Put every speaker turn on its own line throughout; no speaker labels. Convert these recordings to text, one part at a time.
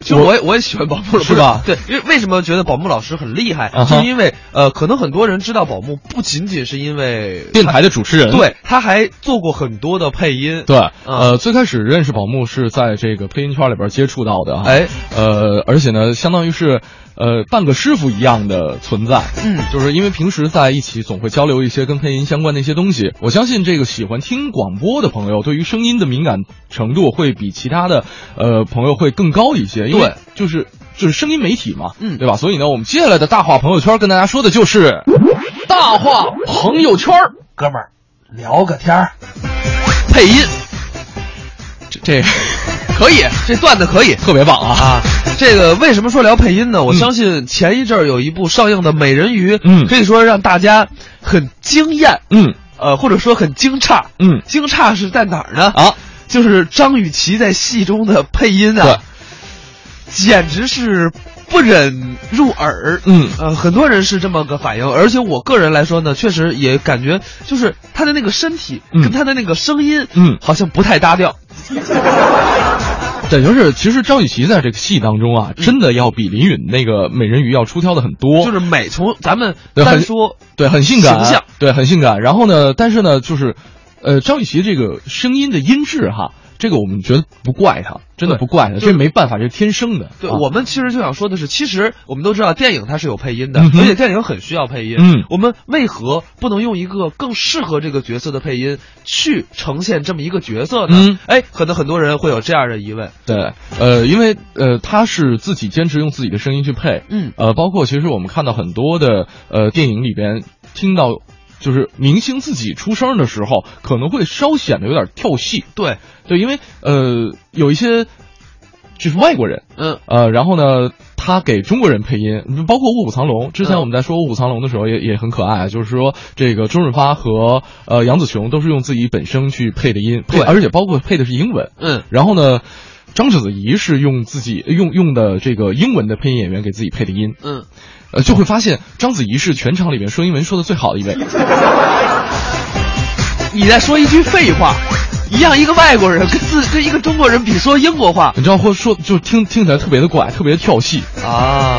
就我也我也喜欢宝木了，
是吧
不是对，因为为什么觉得宝木老师很厉害，
啊哈
就是因为呃，可能很多人知道宝木不仅仅是因为
电台的主持人。
对，他还做过很多的配音。
对，
嗯
呃，最开始认识宝木是在这个配音圈里边接触到的哈，
哎，
呃，而且呢，相当于是，呃，半个师傅一样的存在，
嗯
就是因为平时在一起总会交流一些跟配音相关的一些东西，我相信这个喜欢听广播的朋友，对于声音的敏感程度会比其他的呃朋友会更高一些，因为
对
就是就是声音媒体嘛，
嗯
对吧？所以呢，我们接下来的大话朋友圈跟大家说的就是大话朋友圈儿
哥们儿聊个天儿。
配音
这这
可以，这段子可以。
特别棒啊！
啊，这个为什么说聊配音呢？我
嗯
相信前一阵儿有一部上映的《美人鱼》，
嗯
可以说让大家很惊艳，
嗯
呃，或者说很惊诧。
嗯
惊诧是在哪儿呢？
啊，
就是张雨绮在戏中的配音
对
啊，简直是不忍入耳。
嗯
呃，很多人是这么个反应，而且我个人来说呢，确实也感觉就是她的那个身体
嗯
跟她的那个声音，
嗯
好像不太搭调。
对，就是其实张雨绮在这个戏当中啊，真的要比林允那个美人鱼要出挑的很
嗯
多，
就是美从咱们
对很
单说，
对，很性感，
形象
对，很性感。然后呢，但是呢，就是，呃，张雨绮这个声音的音质哈，这个我们觉得不怪她，真的
对
不怪她，
就是
这没办法，这是天生的。
对，
啊
我们其实就想说的是，其实我们都知道电影它是有配音的，
嗯哼
而且电影很需要配音。
嗯
我们为何不能用一个更适合这个角色的配音去呈现这么一个角色呢？
嗯
哎，可能很多人会有这样的疑问。
对，呃，因为呃，她是自己坚持用自己的声音去配，
嗯
呃，包括其实我们看到很多的呃电影里边听到。就是明星自己出声的时候，可能会稍显得有点跳戏。
对，
对，因为呃，有一些就是外国人，
嗯，
呃，然后呢，他给中国人配音，包括《卧虎藏龙》。之前
嗯
我们在说《卧虎藏龙》的时候也，也很可爱啊，就是说这个周润发和呃杨紫琼都是用自己本声去配的音，配
对
而且包括配的是英文。
嗯，
然后呢，章子怡是用自己用用的这个英文的配音演员给自己配的音，
嗯，
呃，就会发现章子怡是全场里面说英文说的最好的一位。
你在说一句废话，一样一个外国人跟自跟一个中国人比说英国话
你知道或说就听听起来特别的怪，特别跳戏。
啊。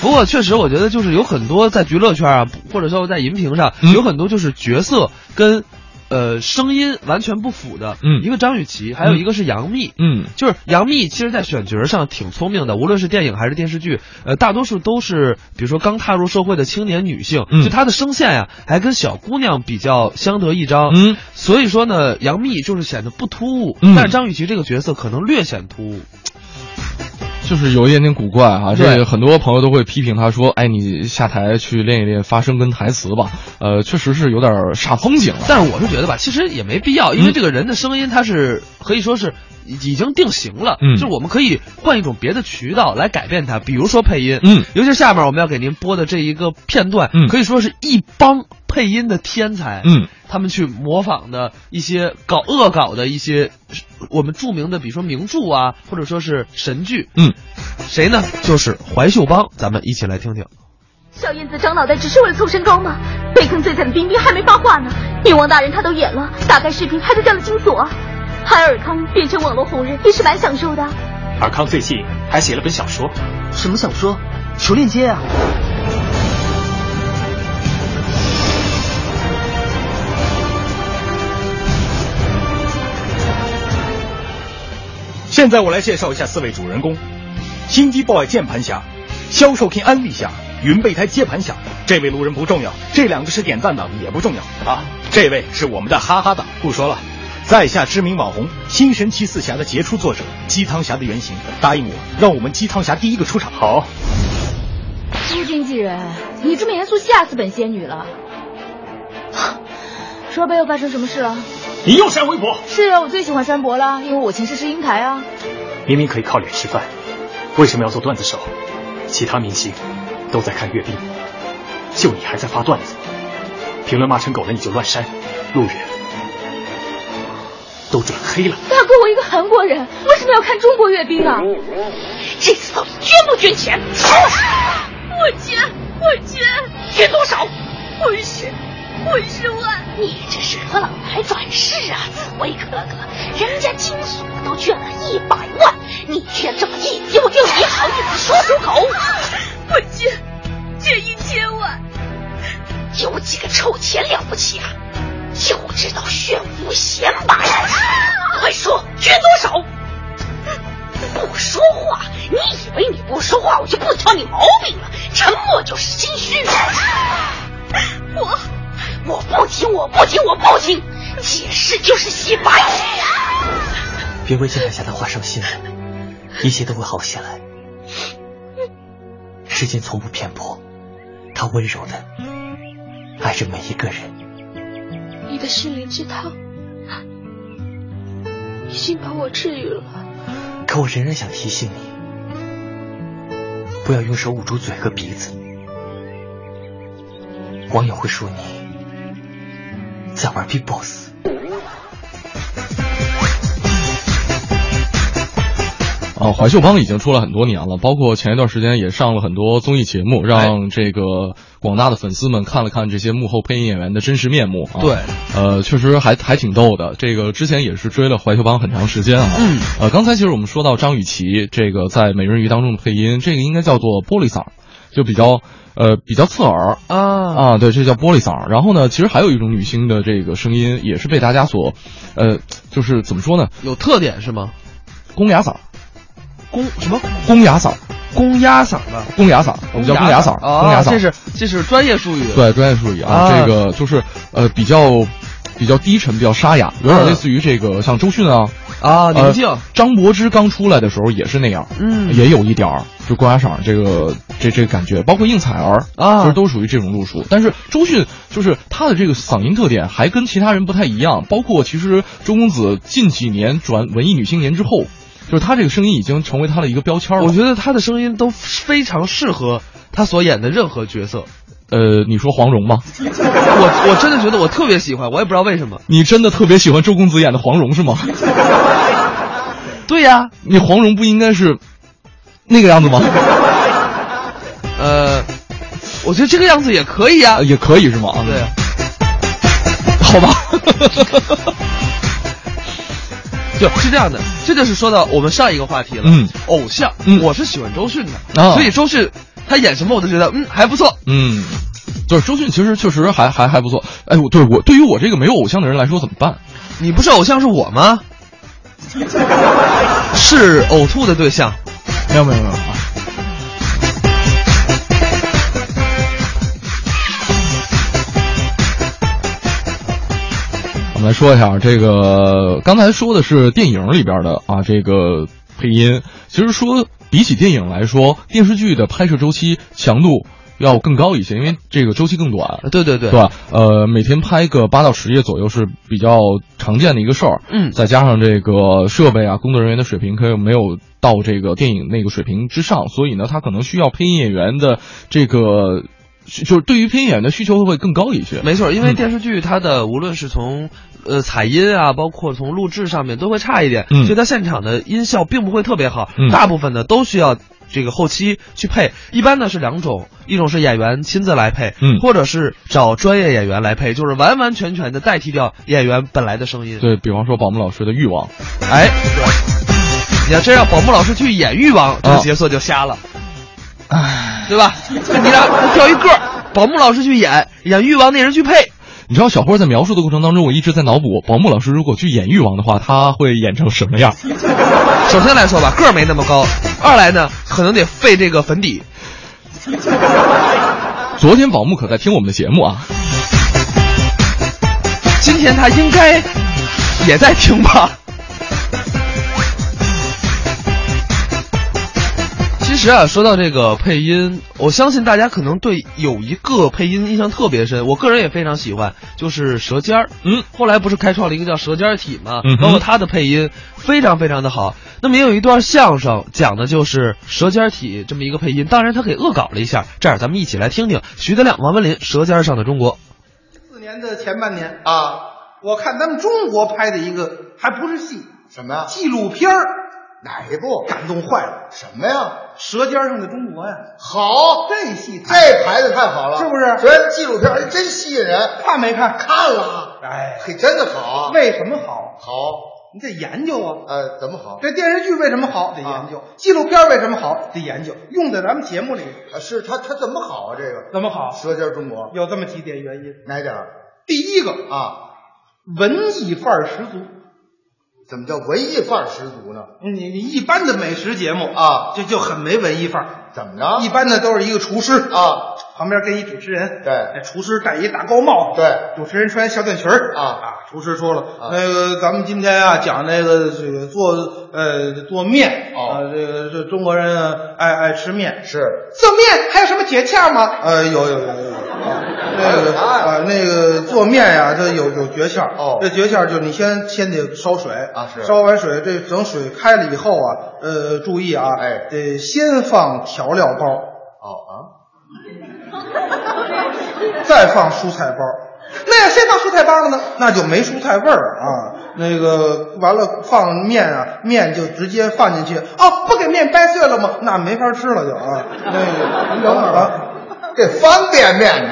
不过确实，我觉得就是有很多在娱乐圈啊，或者说在荧屏上，
嗯
有很多就是角色跟。呃，声音完全不符的，
嗯
一个张雨绮，还有一个是杨幂，
嗯
就是杨幂，其实，在选角上挺聪明的，无论是电影还是电视剧，呃，大多数都是比如说刚踏入社会的青年女性，
嗯
就她的声线呀、还跟小姑娘比较相得益彰。
嗯，
所以说呢，杨幂就是显得不突兀，
嗯
但是张雨绮这个角色可能略显突兀。
就是有一点点古怪哈、
对
这个很多朋友都会批评他说：“哎，你下台去练一练发声跟台词吧。”呃，确实是有点煞风景了。
但是我是觉得吧，其实也没必要，因为
嗯
这个人的声音他是可以说是已已经定型了，
嗯
就是我们可以换一种别的渠道来改变它，比如说配音，
嗯
尤其是下面我们要给您播的这一个片段，
嗯
可以说是一帮配音的天才，
嗯，
他们去模仿的一些搞恶搞的一些我们著名的，比如说名著啊，或者说是神剧，
嗯，
谁呢？就是怀秀帮，咱们一起来听听。
小燕子长脑袋只是为了凑身高吗？被坑最惨的冰冰还没发话呢，女王大人她都演了，打开视频拍出这样的惊悚啊！海尔康变成网络红人也是蛮享受的。
尔康最近还写了本小说，
什么小说？求链接啊！
现在我来介绍一下四位主人公：心机 boy 键盘侠、销售 king 安利侠、云备胎接盘侠。这位路人不重要，这两个是典赞党也不重要啊。这位是我们的哈哈党，不说了。在下知名网红《新神奇四侠》的杰出作者鸡汤侠的原型，答应我，让我们鸡汤侠第一个出场。好，
朱经纪人，你这么严肃吓死本仙女了。说吧，又发生什么事了？
你又删微博，
是啊，我最喜欢山伯了，因为我前世是英台啊。
明明可以靠脸吃饭，为什么要做段子手？其他明星都在看阅兵，就你还在发段子，评论骂成狗了你就乱删，路人都转黑了。
大哥，我一个韩国人，为什么要看中国阅兵啊？这次到底捐不捐钱？我捐，我捐，捐多少？滚石，滚十万！你这是何老牌转世啊，紫薇哥哥，人家金锁都捐了一百万，你捐这么一丢丢。为你不说话，我就不挑你毛病了。沉默就是心虚。我我不听，我不听，我不听，解释就是洗白。
别为这两下的话伤心，一切都会好起来。时间从不偏颇，它温柔的爱着每一个人。
你的心灵鸡汤已经把我治愈了。
可我仍然想提醒你，不要用手捂住嘴和鼻子，网友会说你在玩 B-box。
啊，怀秀帮已经出来很多年了，包括前一段时间也上了很多综艺节目，
哎
让这个广大的粉丝们看了看这些幕后配音演员的真实面目啊。
对，
呃，确实还还挺逗的。这个之前也是追了怀秀帮很长时间啊。
嗯，
呃，刚才其实我们说到张雨绮这个在《美人鱼》当中的配音，这个应该叫做玻璃嗓，就比较呃比较刺耳。
啊，
啊，对，这叫玻璃嗓。然后呢，其实还有一种女星的这个声音也是被大家所，呃，就是怎么说呢，
有特点是吗？
公鸭嗓，
公什么
公鸭嗓，
公鸭嗓子？
公鸭嗓，我们叫公鸭嗓，公鸭
啊，
嗓。
这是这是专业术语。
对专业术语啊，
啊
这个就是呃比较比较低沉，比较沙哑，有点类似于这个像周迅啊
嗯啊，宁
呃
静，
张柏芝刚出来的时候也是那样，
嗯
也有一点儿就公鸭嗓这个这这个感觉，包括应采儿
啊
就是都属于这种路数。但是周迅就是她的这个嗓音特点还跟其他人不太一样，包括其实周公子近几年转文艺女青年之后，就是她这个声音已经成为她的一个标签了。
我觉得他的声音都非常适合他所演的任何角色。
呃，你说黄蓉吗？
我我真的觉得我特别喜欢，我也不知道为什么。
你真的特别喜欢周公子演的黄蓉是吗？
对呀、
你黄蓉不应该是那个样子吗？
呃，我觉得这个样子也可以啊
啊，。也可以是吗？
对，，
好吧。
就是这样的，这就是说到我们上一个话题了。
嗯，
偶像，
嗯
我是喜欢周迅的，
啊
所以周迅他演什么我都觉得嗯还不错。
嗯，就是周迅其实确实还还还不错。哎，我对我对于我这个没有偶像的人来说怎么办？
你不是偶像是我吗？是呕吐的对象。
没有没有没有。我们来说一下这个，刚才说的是电影里边的啊，这个配音。其实说比起电影来说，电视剧的拍摄周期强度要更高一些，因为这个周期更短。
对对对，
对吧？呃，每天拍个八到十页左右是比较常见的一个事儿。
嗯
再加上这个设备啊，工作人员的水平可能没有到这个电影那个水平之上，所以呢，他可能需要配音演员的这个，就是对于配音演员的需求会更高一些。
没错，因为
嗯
电视剧它的无论是从呃采音啊，包括从录制上面都会差一点，
嗯
所以它现场的音效并不会特别好，
嗯
大部分呢都需要。这个后期去配，一般呢是两种，一种是演员亲自来配，
嗯
或者是找专业演员来配，就是完完全全的代替掉演员本来的声音。，
对比方说宝木老师的《欲望》，
哎，你要真让宝木老师去演欲望，这个
啊
角色就瞎了，对吧？你俩挑一个儿，宝木老师去演，演欲望那人去配，
你知道小霍在描述的过程当中，我一直在脑补宝木老师如果去演欲望的话，他会演成什么样？
首先来说吧，个儿没那么高；二来呢，可能得费这个粉底。
昨天宝木可在听我们的节目啊，
今天他应该也在听吧。其实啊，说到这个配音，我相信大家可能对有一个配音印象特别深，我个人也非常喜欢，就是《舌尖儿》。
嗯，
后来不是开创了一个叫《舌尖儿体》吗？
嗯哼
包括他的配音非常非常的好。那么也有一段相声讲的就是《舌尖儿体》这么一个配音，当然他给恶搞了一下。这样咱们一起来听听徐德亮、王文林《舌尖儿上的中国》。
四年的前半年啊，我看咱们中国拍的一个还不是戏，什么呀？纪录片哪一部？感动坏了。什么呀？《舌尖上的中国》呀。好，这戏太
这牌子太好了，
是不是
这纪录片还真吸引人，
看没看？
看了啊，
哎，
嘿，真的好啊，
为什么好？
好，
你得研究啊。
呃，怎么好？
这电视剧为什么好？得研究。纪录片为什么好？得研究。用在咱们节目里
啊是它它怎么好啊？这个
怎么好？
《舌尖中国》
有这么几点原因。
哪点儿
第一个，
啊？
文艺范儿十足。
怎么叫文艺范儿十足呢？
嗯你你一般的美食节目
啊
就就很没文艺范儿。
怎么着？
一般的都是一个厨师
啊，
旁边跟一主持人，
对
哎厨师戴一大高帽，
对，
主持人穿一小短裙儿
啊
啊，厨师说了，
啊
那个咱们今天啊讲那个这个做呃做面啊，
哦
呃这个这中国人啊爱爱吃面，
是
做面还有什么诀窍吗？呃，有有有有有。那个啊，那个做面呀、它有有诀窍
哦
这诀窍就是你先先得烧水
啊是
烧完水，这等水开了以后啊，呃，注意啊，
哎
得先放调料包，
哦
再放蔬菜包。那要先放蔬菜包了呢，那就没蔬菜味儿了啊。那个完了放面啊，面就直接放进去哦，不给面掰碎了吗？那没法吃了就啊。那 个
您等会儿吧
啊
啊，这方便面呢？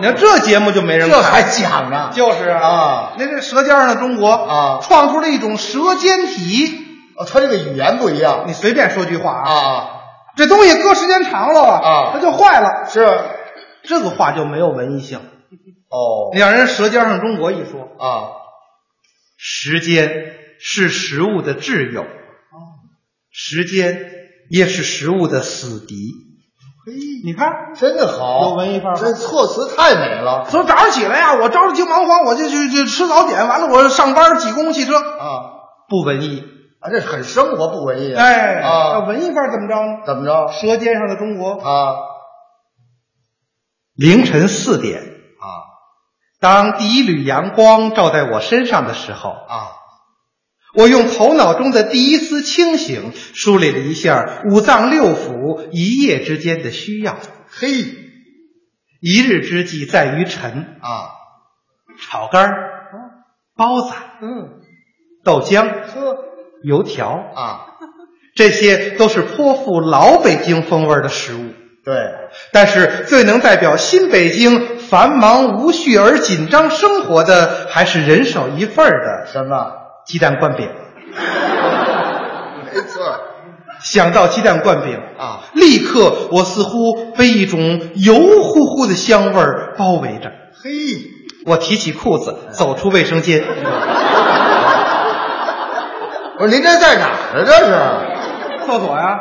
你看这节目就没人看，
这还讲呢？
就是
啊，
那这《舌尖上的中国》
啊
创出了一种舌尖体。
哦，他这个语言不一样
你随便说句话啊，
啊，
这东西搁时间长了啊，
啊
它就坏了。
是
这个话就没有文艺性。
哦
你让人《舌尖上的中国》一说，
啊，
时间是食物的挚友，时间也是食物的死敌。你看，
真的好，
有文艺范儿吗
这措辞太美了
从早上起来呀、我着急忙慌，我就去去吃早点，完了我上班挤公共汽车，
啊
不文艺。
啊，这很生活不文艺啊
哎，那
啊，
文艺范儿怎么着呢？
怎么着
舌尖上的中国，
啊
凌晨四点，
啊
当第一缕阳光照在我身上的时候，
啊，
我用头脑中的第一丝清醒梳理了一下五脏六腑一夜之间的需要。
嘿
一日之计在于晨，
啊，
炒肝儿、包子、
嗯，
豆浆、
呵
油条，
啊，
这些都是颇富老北京风味儿的食物。
对，
但是最能代表新北京繁忙无序而紧张生活的，还是人手一份儿的
什么？
鸡蛋灌饼。
没错儿
想到鸡蛋灌饼，
啊，
立刻我似乎被一种油乎乎的香味儿包围着。
嘿，
我提起裤子，走出卫生间，
我说您这在哪儿啊？这是。
厕所呀、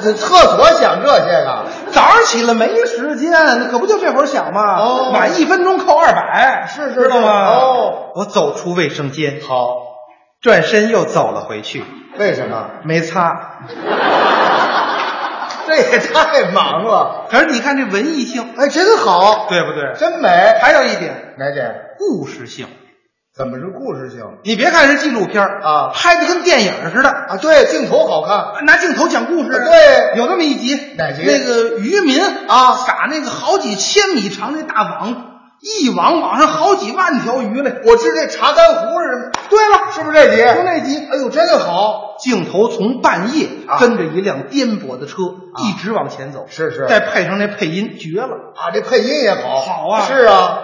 这厕所想这些个，
早上起来没时间，可不就这会儿想吗？
哦
晚一分钟扣二百，
是是
知道吗？
是哦，
我走出卫生间，
好，
转身又走了回去，
为什么？
没擦，
这也太忙了，
可是你看这文艺性，
哎，真好，
对不对？
真美。
还有一点
哪点？
故事性，
怎么是故事性
你别看是纪录片儿
啊
拍的跟电影似的，啊
啊？对，镜头好看
拿镜头讲故事。
啊对
有那么一集，
哪集
那个渔民啊，撒那个好几千米长那大网，一网网上好几万条鱼来。
我知这查干湖是什么？
对了，
是不是这集？
就那集，
哎呦，真好，
镜头从半夜
啊
跟着一辆颠簸的车一直往前走，
是是
再配上那配音，绝了。
啊，这配音也好，
好啊
是啊，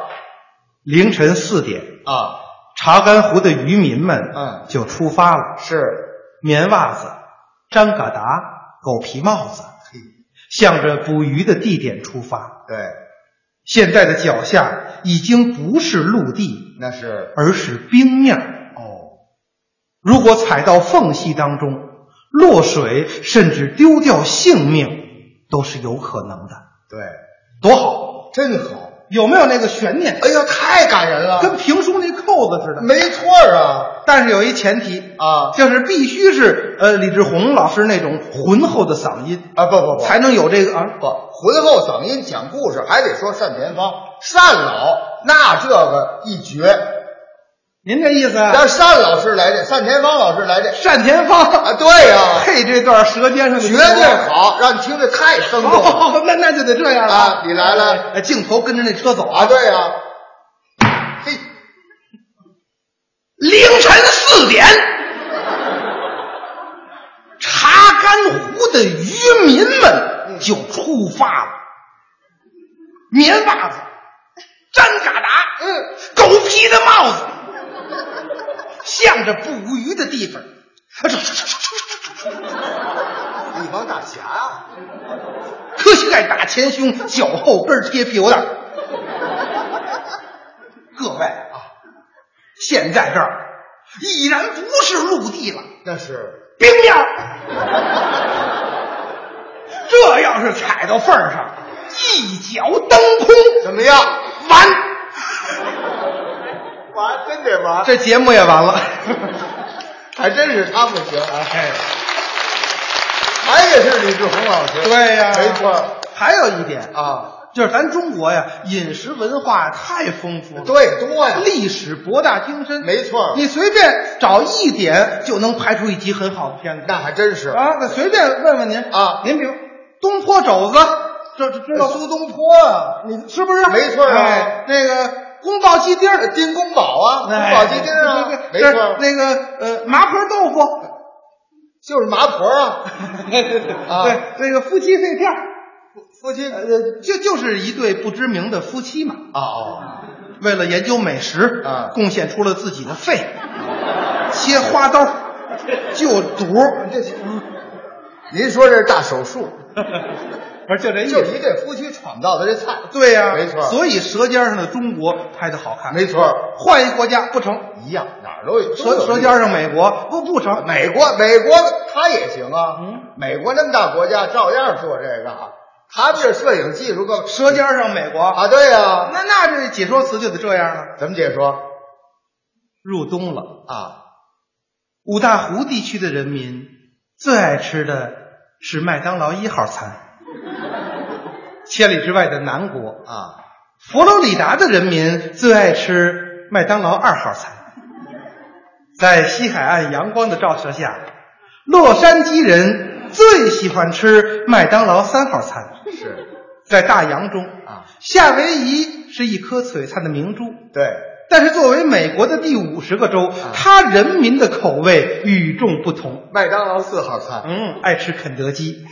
凌晨四点，
啊，
查干湖的渔民们，
嗯
就出发了。
是，
棉袜子、粘嘎达、狗皮帽子
嘿，
向着捕鱼的地点出发。
对，
现在的脚下已经不是陆地，
那是，
而是冰面。
哦，
如果踩到缝隙当中，落水甚至丢掉性命都是有可能的，
对，
多好！
真好，
有没有那个悬念？
哎呀，太感人了，
跟评书那扣子似的。
没错儿啊，
但是有一前提，
啊
就是必须是呃李志宏老师那种浑厚的嗓音，
啊，不不不，
才能有这个啊。
不，浑厚嗓音讲故事，还得说单田芳、单老，那这个一绝。
您这意思啊？
让单老师来这，单田芳老师来这，
单田芳
啊，对呀、
配这段《舌尖上的
绝
中国
对。好，让你听着太生动了
哦，那那就得这样了
啊你来了，
哎镜头跟着那车走啊。
啊，对呀、嘿，
凌晨四点，查干湖的渔民们就出发了。棉袜子，粘嘎达，嗯，狗皮的帽子，向着捕鱼的地方。啊
一帮大侠啊，
磕膝盖打前胸，脚后跟儿贴屁股蛋儿。各位啊，现在这儿已然不是陆地了，
那是
冰面儿。这要是踩到缝儿上，一脚蹬空，
怎么样？
完，
玩真得玩，
这节目也完了。
还真是他们行。哎，还也是李志宏老师。
对呀，
没错。
还有一点
啊。
就是咱中国呀，饮食文化太丰富了，
对，多呀，
历史博大精深，
没错。
你随便找一点就能拍出一集很好的片子，
那还真是
啊。那随便问问您
啊，
您比如东坡肘子，这这知道
苏东坡啊，
你是不是？
没错啊。
哎，那个宫保鸡丁，
丁公宝啊，
哎
宫保鸡丁啊，没错。啊
那个呃，麻婆豆 腐，
就是麻婆啊，
对，那个夫妻肺片。
夫妻
呃，就就是一对不知名的夫妻嘛。
哦，
为了研究美食
啊，
贡献出了自己的肺，切花刀，就肚。
这，您说这是大手术？
不是，就这意思。
就一对夫妻创造的这菜。
对呀，
没错。
所以《舌尖上的中国》拍的好看。
没错。
换一国家不成，
一样哪儿都有。
舌舌尖上美国不不成，
美国美国它也行啊。嗯。美国那么大国家，照样做这个。啊他们这摄影技术够，
舌尖上美国
啊，对呀、啊，
那那这解说词就得这样了。
怎么解说？
入冬了
啊，
五大湖地区的人民最爱吃的是麦当劳一号餐。千里之外的南国
啊，
佛罗里达的人民最爱吃麦当劳二号餐。在西海岸阳光的照射下，洛杉矶人。最喜欢吃麦当劳三号餐，
是
在大洋中
啊。
夏威夷是一颗璀璨的明珠，
对。
但是作为美国的第五十个州，啊、它人民的口味与众不同。
麦当劳四号餐，
嗯，爱吃肯德基。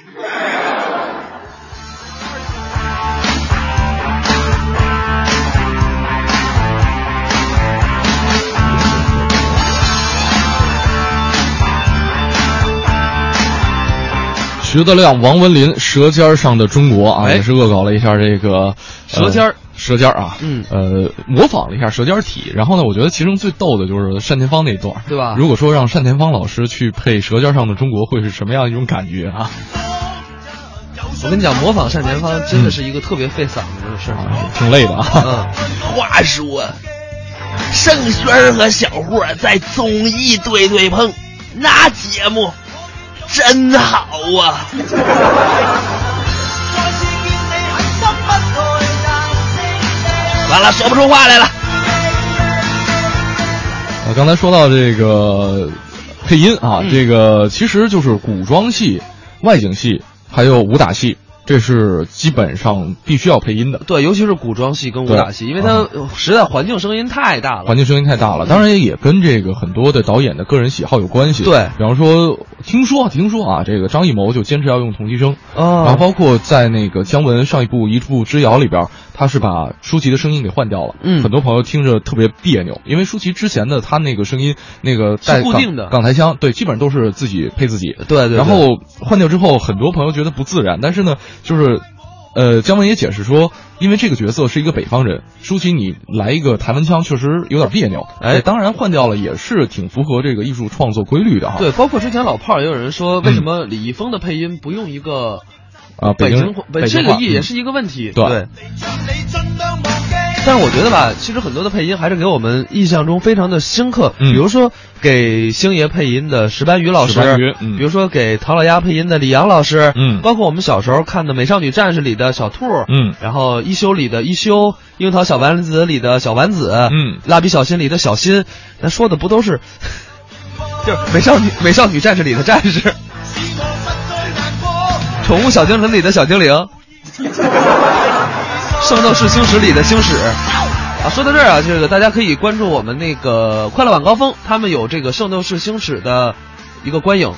徐德亮、王文林，《舌尖上的中国》啊，
哎
也是恶搞了一下这个
舌尖儿
呃舌尖儿啊，
嗯
呃，模仿了一下舌尖儿体。然后呢，我觉得其中最逗的就是单田芳那一段儿，
对吧
如果说让单田芳老师去配《舌尖上的中国》，会是什么样一种感觉啊？
我跟你讲，模仿单田芳真的是一个特别费嗓子的事儿。
啊挺累的啊。
嗯，
话说，盛轩儿和小霍儿在综艺对对碰，那节目真好啊！ 完了，说不出话来了。
呃，刚才说到这个配音啊，
嗯
这个其实就是古装戏、外景戏还有武打戏，这是基本上必须要配音的。
对，尤其是古装戏跟武打戏，
对
因为它呃实在环境声音太大了嗯
环。境声音太大了，当然也跟这个很多的导演的个人喜好有关系。
对
比方说，听说啊听说啊，这个张艺谋就坚持要用同期声，
哦
然后包括在那个姜文上一部《一步之遥》里边，他是把舒淇的声音给换掉了。
嗯
很多朋友听着特别别扭，因为舒淇之前的她那个声音那个
是
带
固
港
定的
港台腔，对，基本上都是自己配自己。
对对对
然后换掉之后，很多朋友觉得不自然，但是呢，就是，呃，姜文也解释说，因为这个角色是一个北方人，舒淇你来一个台湾腔确实有点别扭。
哎
当然换掉了也是挺符合这个艺术创作规律的哈。
对，嗯包括之前老炮儿也有人说，为什么李易峰的配音不用一个
啊北
北
京
话？
北
北
京
这
话
个意也
嗯
是一个问题。
对
对。但是我觉得吧，其实很多的配音还是给我们印象中非常的深刻。
嗯
比如说给星爷配音的石斑鱼老
石
师
斑鱼，嗯
比如说给唐老鸭配音的李阳老师，
嗯
包括我们小时候看的《美少女战士》里的小兔，
嗯
然后《一休》里的一休，《樱桃小丸子》里的小丸子，
嗯
《蜡笔小新》里的小新，咱说的不都是， 就是《美少女美少女战士》里的战士，《宠物小精灵》里的小精灵，《圣斗士星矢》里的星矢。啊，说到这儿啊，这个大家可以关注我们那个快乐晚高峰，他们有这个《圣斗士星矢》的一个观影，